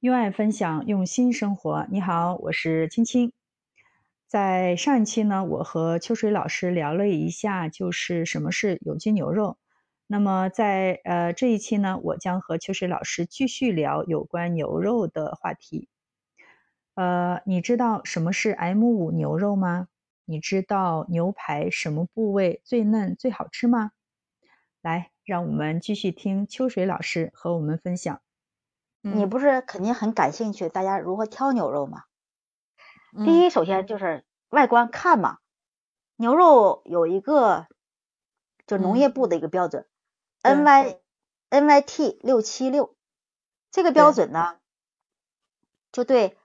用爱分享，用心生活。你好，我是青青。在上一期呢，我和秋水老师聊了一下，就是什么是有机牛肉。那么在呃这一期呢，我将和秋水老师继续聊有关牛肉的话题。呃，你知道什么是 M 五牛肉吗？你知道牛排什么部位最嫩最好吃吗？来，让我们继续听秋水老师和我们分享。你嗯不是肯定很感兴趣大家如何挑牛肉吗？第嗯一，首先就是外观看嘛，牛肉有一个就农嗯，业部的一个标准对，N Y N Y T 六七六，这个标对，准呢，就对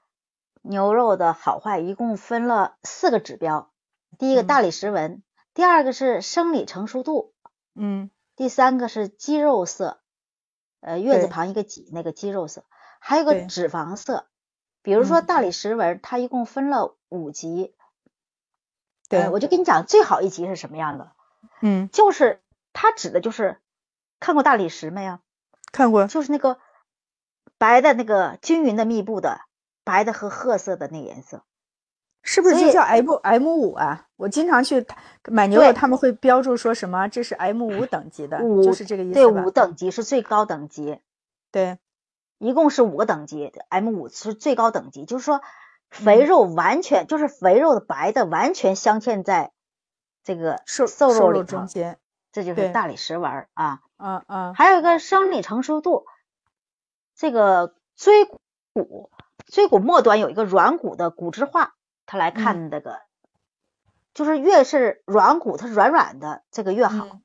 牛肉的好坏一共分了四个指标，第一个嗯大理石纹，第二个是生理成熟度，嗯，第三个是肌肉色，呃，月字对旁一个己，那个肌肉色，还有个对，脂肪色。比如说嗯大理石纹儿，它一共分了五级，呃，对，我就跟你讲最好一级是什么样的，嗯，就是它指的就是看过大理石没有？看过，就是那个白的那个均匀的密布的，白的和褐色的那个颜色。是不是所就叫以 M M 五啊？我经常去买牛肉，对他们会标注说什么这是 M 五等级的，就五是这个意对思五吧？等级是最高等级，对，一共是五个等级，M 五是最高等级，就是说肥嗯，肉完全就是肥肉的白的完全镶嵌在这个瘦瘦瘦肉肉里中头，间，这就是对，大理石纹儿啊。啊啊，还有一个生理成熟度，这个椎骨椎骨末端有一个软骨的骨质化，它来嗯看这个，就是越是软骨它软软的，这个越好。嗯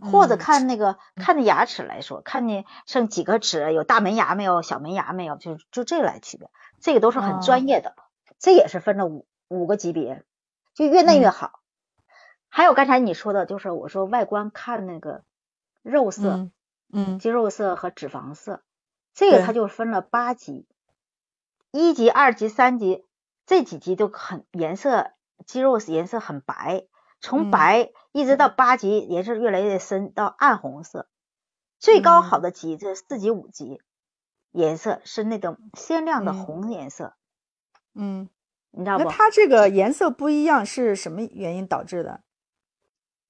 或者嗯，看那个看那牙齿来说，看你剩几颗齿，有大门牙没有，小门牙没有，就就这来区别，这个都是很啊，专业的，这也是分了五五个级别，就越嫩越嗯好。还有刚才你说的，就是我说外观看那个肉色、嗯嗯，肌肉色和脂肪色，这个它对，就分了八级，一级、二级、三级这几级都很颜色，肌肉颜色很白，从嗯白一直到八级颜色越来越深，到暗红色。最高好嗯的级，这四级、五级颜色是那种鲜亮的嗯红颜色，嗯，你知道那不？它这个颜色不一样是什么原因导致的？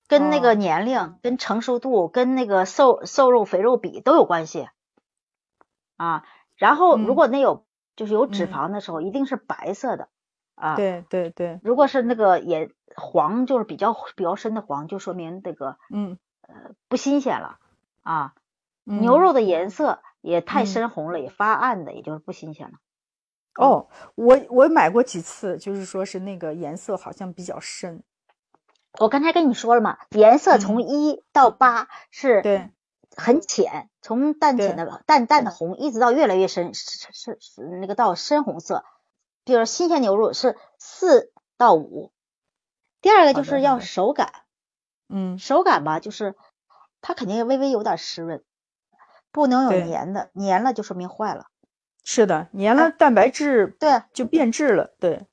跟那个哦，年龄、跟成熟度、跟那个瘦瘦肉、肥肉比都有关系啊。然后嗯如果那有就是有脂嗯，肪的时候，一定是白色的啊。对对对，如果是那个也黄，就是比较比较深的黄，就说明这个嗯呃不新鲜了啊。牛嗯肉的颜色也太嗯。深红了，也发暗的，也就是不新鲜了。嗯，哦，我我买过几次，就是说是那个颜色好像比较深。我刚才跟你说了嘛，颜色从嗯，一到八是对很浅，从淡浅对，嗯的淡淡的红一直到越来越深，是是是那个到深红色。比如新鲜牛肉是四到五，第二个好就的是好要的，手感，嗯，手感吧，就是它肯定微微有点湿润，不能有对，粘的，粘了就说明坏了。是的，粘了它蛋白质对，啊就变质了。对，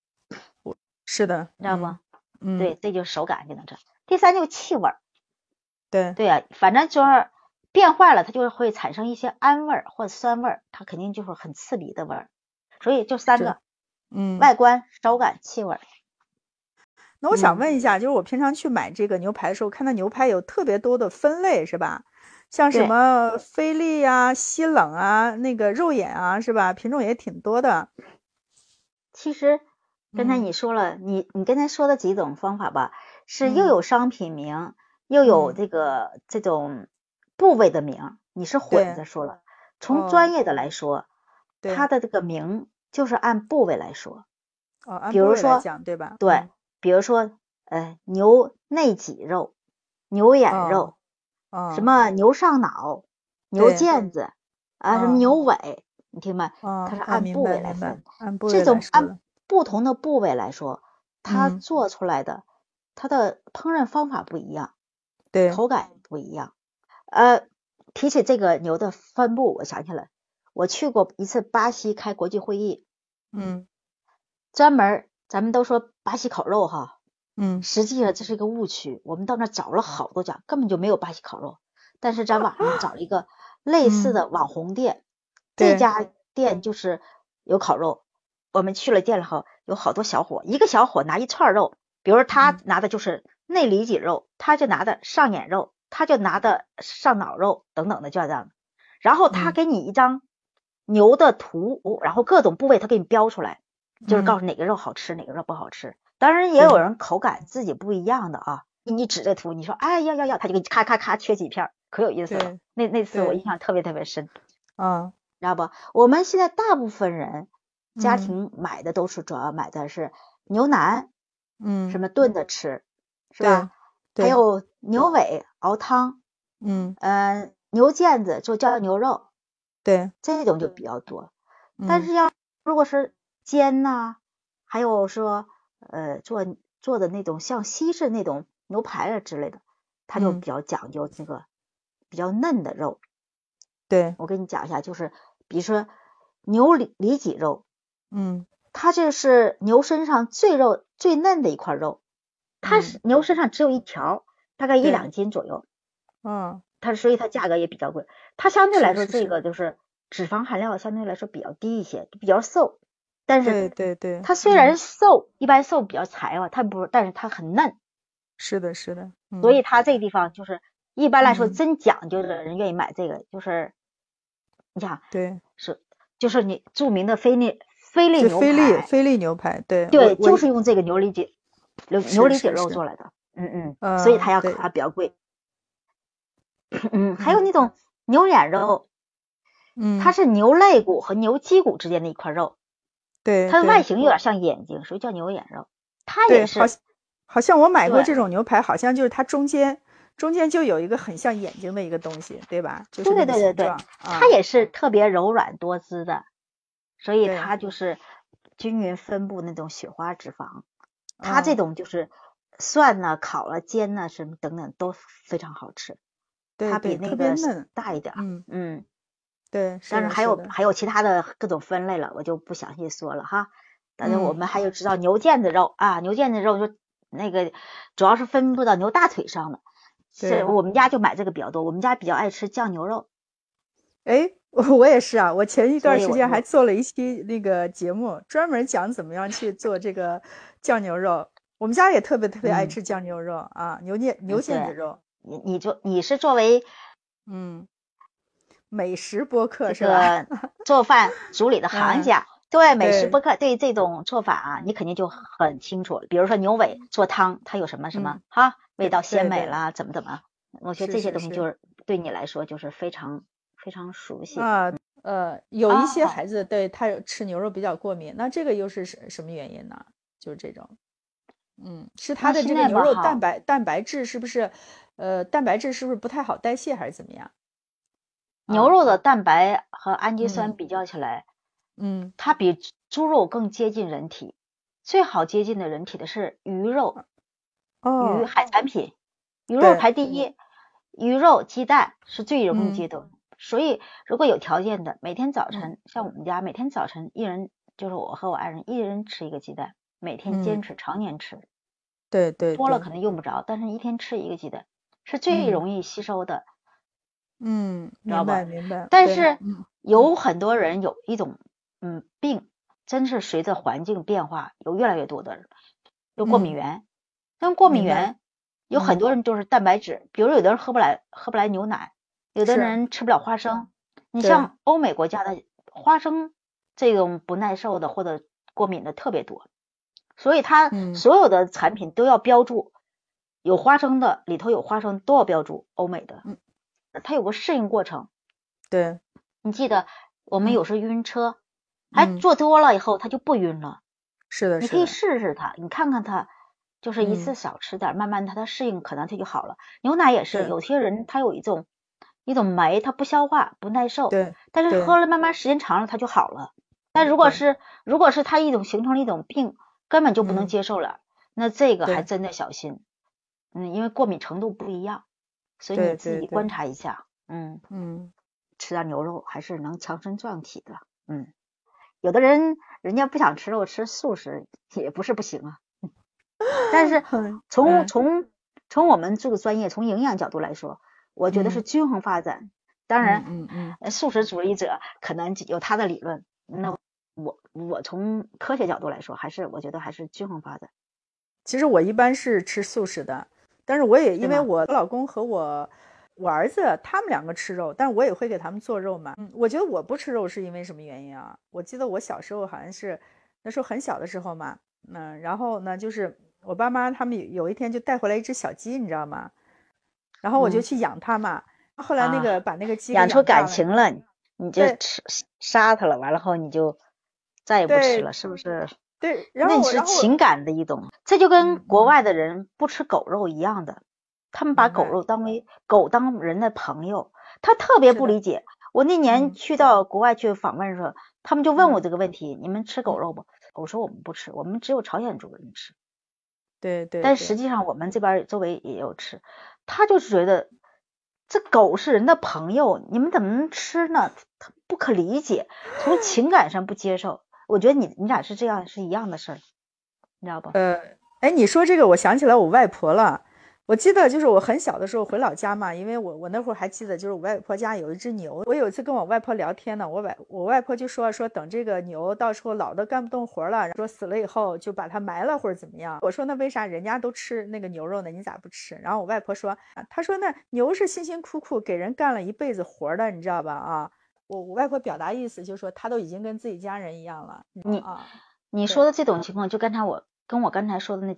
是的，你知道嗯吗？嗯，对，这就是手感就能这样。第三就是气味儿，对，对呀、反正就是变坏了，它就会产生一些氨味儿或者酸味儿，它肯定就是很刺鼻的味儿。所以就三是，个：嗯。外观、手感、气味儿。那我想嗯，问一下，就是我平常去买这个牛排的时候，看到牛排有特别多的分类，是吧？像什对么菲力啊、西冷啊、那个肉眼啊，是吧？品种也挺多的。其实刚才嗯你说了，你你刚才说的几种方法吧，是又嗯有商品名，又有嗯，这个这种部位的名，你是对，混着说了。从专哦，业的来说，它对。的这个名就是按部位来说，哦，按比部如位来说，讲，对吧？对，嗯，比如说，呃，牛内脊肉、牛眼哦，肉，嗯什哦，么牛上脑、牛对，腱子啊，什么哦，牛尾，你听没？它哦，是哦，按明部白，位来明白，分，按部这位来种说按的，不同的部位来说，它嗯，做出来的它的烹饪方法不一样，对，口感也不一样。呃，提起这个牛的分布，我想起来，我去过一次巴西开国际会议，嗯专门儿咱们都说巴西烤肉哈，嗯，实际上这是一个误区。我们到那儿找了好多家，根本就没有巴 西烤肉。但是在网上找了一个类似嗯，的网红店，这对，家店就是有烤肉，我们去了店里后有好多小伙，一个小伙拿一串肉，比如说他嗯拿的就是内里脊肉，他就拿的上眼肉，他就拿的上脑肉等等的就这样，然后他嗯给你一张牛的图，然后各种部位他给你标出来，就是嗯告诉哪个肉好吃，哪个肉不好吃。当然也有对人口感自己不一样的啊，你指着图你说哎要要要，他就给你咔咔咔切几片儿，可有意思了对。那那次我对印象特别特别深。啊，知道不？我们现在大部分人家嗯庭买的都是主要买的是牛腩，嗯，什么炖着吃，是对吧？还对有牛尾熬汤，嗯嗯，牛腱子就叫牛肉，对，这种就比较多。但嗯是要如果是煎呐、还有说呃做做的那种像西式那种牛排啊之类的，它就嗯比较讲究这个比较嫩的肉。对我跟你讲一下，就是比如说牛里里脊肉，嗯它这是牛身上最肉最嫩的一块肉，它是牛身上只有一条，大概一嗯对两斤左右，啊它所以它价格也比较贵。它相对是来说是这是个就是脂肪含量相对来说比较低一些，比较瘦，嗯但对是对嗯对，它虽然瘦，一般瘦比较柴啊嘛，它不，但是它很嫩，嗯是的是的，所嗯以它这个地方就是一般来说嗯真讲究的人愿意买这个，就是你想对，是就是你著名的菲力菲力就牛菲力排。菲力牛排，对对，我我就是用这个牛里脊牛是牛里是脊肉是做来的，嗯嗯，所以呃它要对它比较贵。嗯，还有嗯那种牛眼肉，嗯它是牛肋骨和牛脊骨之间的一块肉，对它的对外形有点像眼睛，所以叫牛眼肉。它对也好是像好像我买过对这种牛排，好像就是它中间中间就有一个很像眼睛的一个东西，对吧？就是对那个对对形对状啊它也是特别柔软多汁的，所以对它就是均匀分布那种雪花脂肪。它啊这种就是涮呐、烤了、煎呐、什么等等都非常好吃，对它对比那特别个嫩，大一点儿。嗯嗯，对，但是的还是有的还有其他的各种分类了，我就不详细说了哈。但是我嗯们还有知道牛腱子肉啊，牛腱子肉就那个主要是分布到牛大腿上的，对是我们家就买这个比较多，我们家比较爱吃酱牛肉。哎，我我也是啊，我前一所段以时我间就还做了一期那个节目，专门讲怎么样去做这个酱牛肉。我们家也特别特别爱嗯吃酱牛肉啊，牛腱牛嗯腱子对肉，你你就你是作为嗯，美食播客这是吧？个 做饭组里的行嗯家，对美食对播客对这种做法啊，你肯定就很清楚了。比如说牛尾做汤，它有什么什么嗯哈，味对道鲜对美对啦，怎么怎么，我觉是得这些是东西是就是对你来说就是非常非常熟悉。啊，呃，有一些哦孩子对他有吃牛肉比较过敏，那这个又是什什么原因呢？就是这种，嗯，是他那的现这个在牛吧肉哈蛋白蛋白质是不是，呃，蛋白质是不是不太好代谢还是怎么样？牛啊，肉的蛋白和氨基嗯酸比较起来，嗯，它比猪猪肉更接近人体。最好接近的人体的是鱼肉、鱼、哦，海产品，鱼肉对排第一，鱼肉、鸡蛋是最容易嗯接的。所以，如果有条件的，每天早嗯晨，像我们家每天早晨，一人就是我和我爱人，一人吃一个鸡蛋，每嗯天坚持，常年吃，对对多了对可能用不着，但是一天吃一个鸡蛋是最嗯容易吸收的。嗯，知明道吧白明白，但对是嗯有很多人有一种嗯病，真是随着环境变化，有越来越多的人有过敏嗯源。但过敏明白源有很嗯多人就是蛋白质，比如有的人喝不来喝不来牛奶，有的是人吃不了花生。你对像欧美国家的花生这种不耐受的或者过敏的特别多，所以它嗯所有的产品都要标注有花生的，里头有花生都要标注欧美的嗯，它有个适应过程。对，你记得我们嗯有时候晕车，哎，嗯做多了以后它就不晕了。是的你是可以的，试试它，你看看它，就是一次嗯少吃点儿，慢慢它它适应，可能它就好了。牛奶也是，对有些人他有一种一种酶，它不消化，不耐受，对但是对嗯喝了慢慢时间长了，它就好了。但如果对是如果是它一种形成了一种病，根本就不能嗯接受了，那这个还对真得小心。嗯，因为过敏程度不一样，所以对你自对对己观察一下。嗯，嗯吃点牛肉还是能强身壮体的。嗯，有的人人家不想吃肉，吃素食也不是不行啊。 但是嗯从嗯从从我们这个专业，从营养角度来说，我觉得是嗯均衡发展。当然，嗯嗯嗯呃素食主义者可能有他的理论，那我我从科学角度来说，还是我觉得还是均衡发展。其实我一般是吃素食的，但是我也因为吗我老公和我我儿子他们两个吃肉，但是我也会给他们做肉嘛。嗯，我觉得我不吃肉是因为什么原因啊？我记得我小时候好像是那时候很小的时候嘛，嗯，然后呢，就是我爸妈他们有有一天就带回来一只小鸡，你知道吗？然后我就嗯去养它嘛。后来那啊个、把那个鸡给养出大感了情了，你你就对吃杀它了，完了后你就再也不对吃了，是不是？对，然那后你我是然后我情感的一种，这就跟嗯国嗯外的人不吃狗肉一样的，他们把明狗白肉当为狗当人的朋友，他特别是不的理解。我那年嗯去到国外去访问的时候，他们就问我嗯这个问题：你们吃狗肉不？我说我们不吃，我们只有朝鲜族人吃。对对，但对实际上我们这边儿周围也有吃，他就是觉得这狗是人的朋友，你们怎么能吃呢？他不可理解，从情感上不接受。我觉得你你俩是这样是一样的事儿，你知道吧？呃，哎，你说这个，我想起来我外婆了。我记得就是我很小的时候回老家嘛，因为我我那会儿还记得就是我外婆家有一只牛。我有一次跟我外婆聊天呢，我外我外婆就说说等这个牛到时候老的干不动活儿了，说死了以后就把它埋了或者怎么样。我说那为啥人家都吃那个牛肉呢，你咋不吃？然后我外婆说，啊她说那牛是辛辛苦苦给人干了一辈子活儿的，你知道吧？啊，我我外婆表达意思就是说她都已经跟自己家人一样了，你知道你啊，你对说的这种情况，就刚才我跟我刚才说的那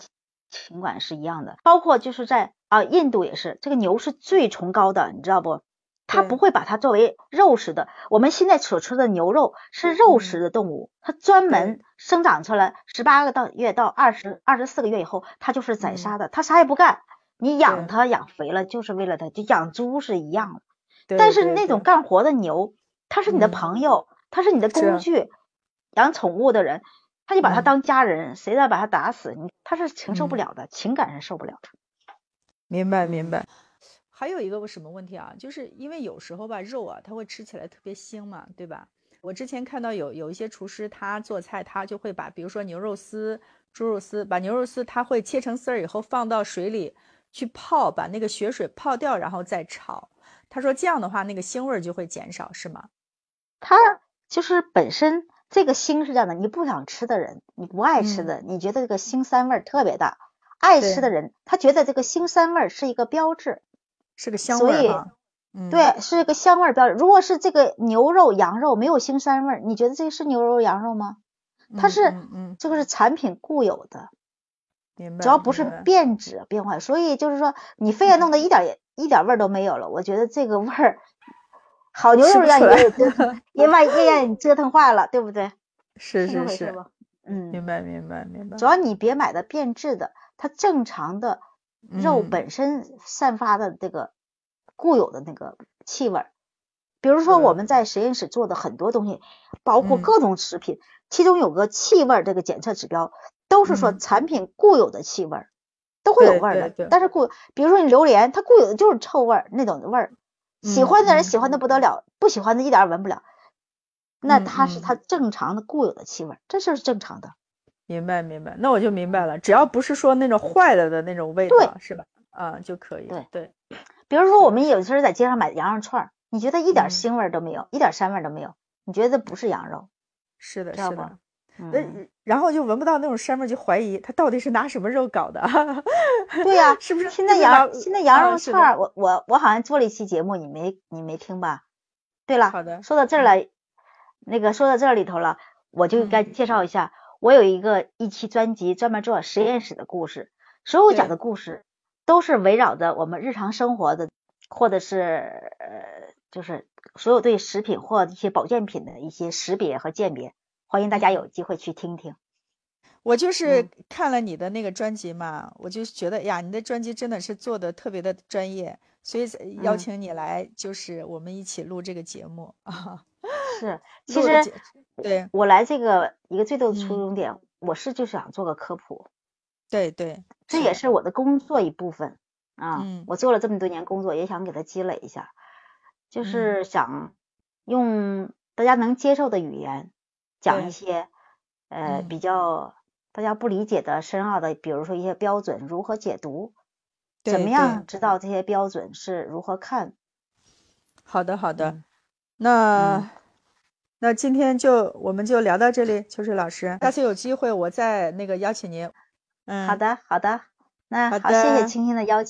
情感是一样的，包括就是在啊，印度也是，这个牛是最崇高的，你知道不？它对不会把它作为肉食的。我们现在所吃的牛肉是肉食嗯的动物，它专门生长出来十八个到月到二十二十四个月以后，它就是宰杀的，它啥也不干。你嗯对养它养肥了就是为了它，就养猪是一样的。对但是对那对种干活的牛，它是你的嗯朋友，它是你的是啊工具。养宠物的人，他就把它嗯当家人，谁再把它打死，你他是承受不嗯了的，情感上受不了的。明白明白。还有一个什么问题啊？就是因为有时候吧，肉啊，它会吃起来特别腥嘛，对吧？我之前看到有有一些厨师，他做菜，他就会把，比如说牛肉丝、猪肉丝，把牛肉丝他会切成丝儿以后放到水里去泡，把那个血水泡掉，然后再炒。他说这样的话，那个腥味儿就会减少，是吗？它就是本身这个腥是这样的，你不想吃的人，你不爱吃嗯的，你觉得这个腥膻味儿特别大；爱吃对的人，他觉得这个腥膻味儿是一个标志，是个香所味儿以哈。嗯，对，是一个香味儿标志。如果是这个牛肉、羊肉没有腥膻味儿，你觉得这个是牛肉、羊肉吗？它嗯是嗯嗯，这个是产品固有的，明白。只要不明是白变质变坏，所以就是说你非要弄得嗯一点儿也一点儿味儿都没有了，我觉得这个味儿，好牛吃肉不让出你来给 折腾，也把也让你折腾坏了，对不对？是这么是回事是，吧？嗯，明白明白明白主。要你别买的变质的，它正常的肉嗯本身散发的这个固有的那个气味儿。比如说的我们在实验室做的很多东西，包括嗯各种食品，其中有个气味儿这个检测指标，都是说嗯产品固有的气味儿，都会有对味儿对的。对但是固，比如说你榴莲，它固有的就是臭味儿那种味儿，喜嗯欢的嗯人喜欢的不得了，不喜欢的一点儿闻不了。那嗯它是嗯它正常的固有的气味儿，这就是正常的。明白明白，那我就明白了，只要不是说那种坏了的那种味对道，是吧？啊、就可以。对对比如说，我们有时候在街上买羊肉串儿，你觉得一嗯点儿腥味儿都没有，一点儿膻味儿都没有，你觉得不是羊肉？是的，知道是吧的。那、嗯，然后就闻不到那种膻味儿，就怀疑它到底是拿什么肉搞的。对呀、 是不是现在是不是羊拿现在羊啊肉是串儿，的我我我好像做了一期节目，你没你没听吧？对了，好的说到这儿了，那个说到这里头了，我就嗯该介绍一下，我有一个一期专辑专门做实验室的故事，所有讲对的故事都是围绕着我们日常生活的，或者是呃，就是所有对食品或一些保健品的一些识别和鉴别，欢迎大家有机会去听听。我就是嗯看了你的那个专辑嘛，我就觉得哎呀，你的专辑真的是做的特别的专业，所以才邀嗯请你来，就是我们一起录这个节目 啊。是，其录了实节对我来这个一个最大的嗯初衷点，我是就想做个科普，对对，这也是我的工作一部分啊。嗯我做了这么多年工作，也想给它积累一下，就嗯是想用大家能接受的语言讲对一些呃嗯比较大家不理解的深奥的，比如说一些标准如何解读，对怎么对样知道这些标准是如何看。好的好的，嗯那、嗯那今天就我们就聊到这里，秋水老师，下次有机会我再那个邀请您。嗯，好的，好的，那好好，谢的谢青青的邀请。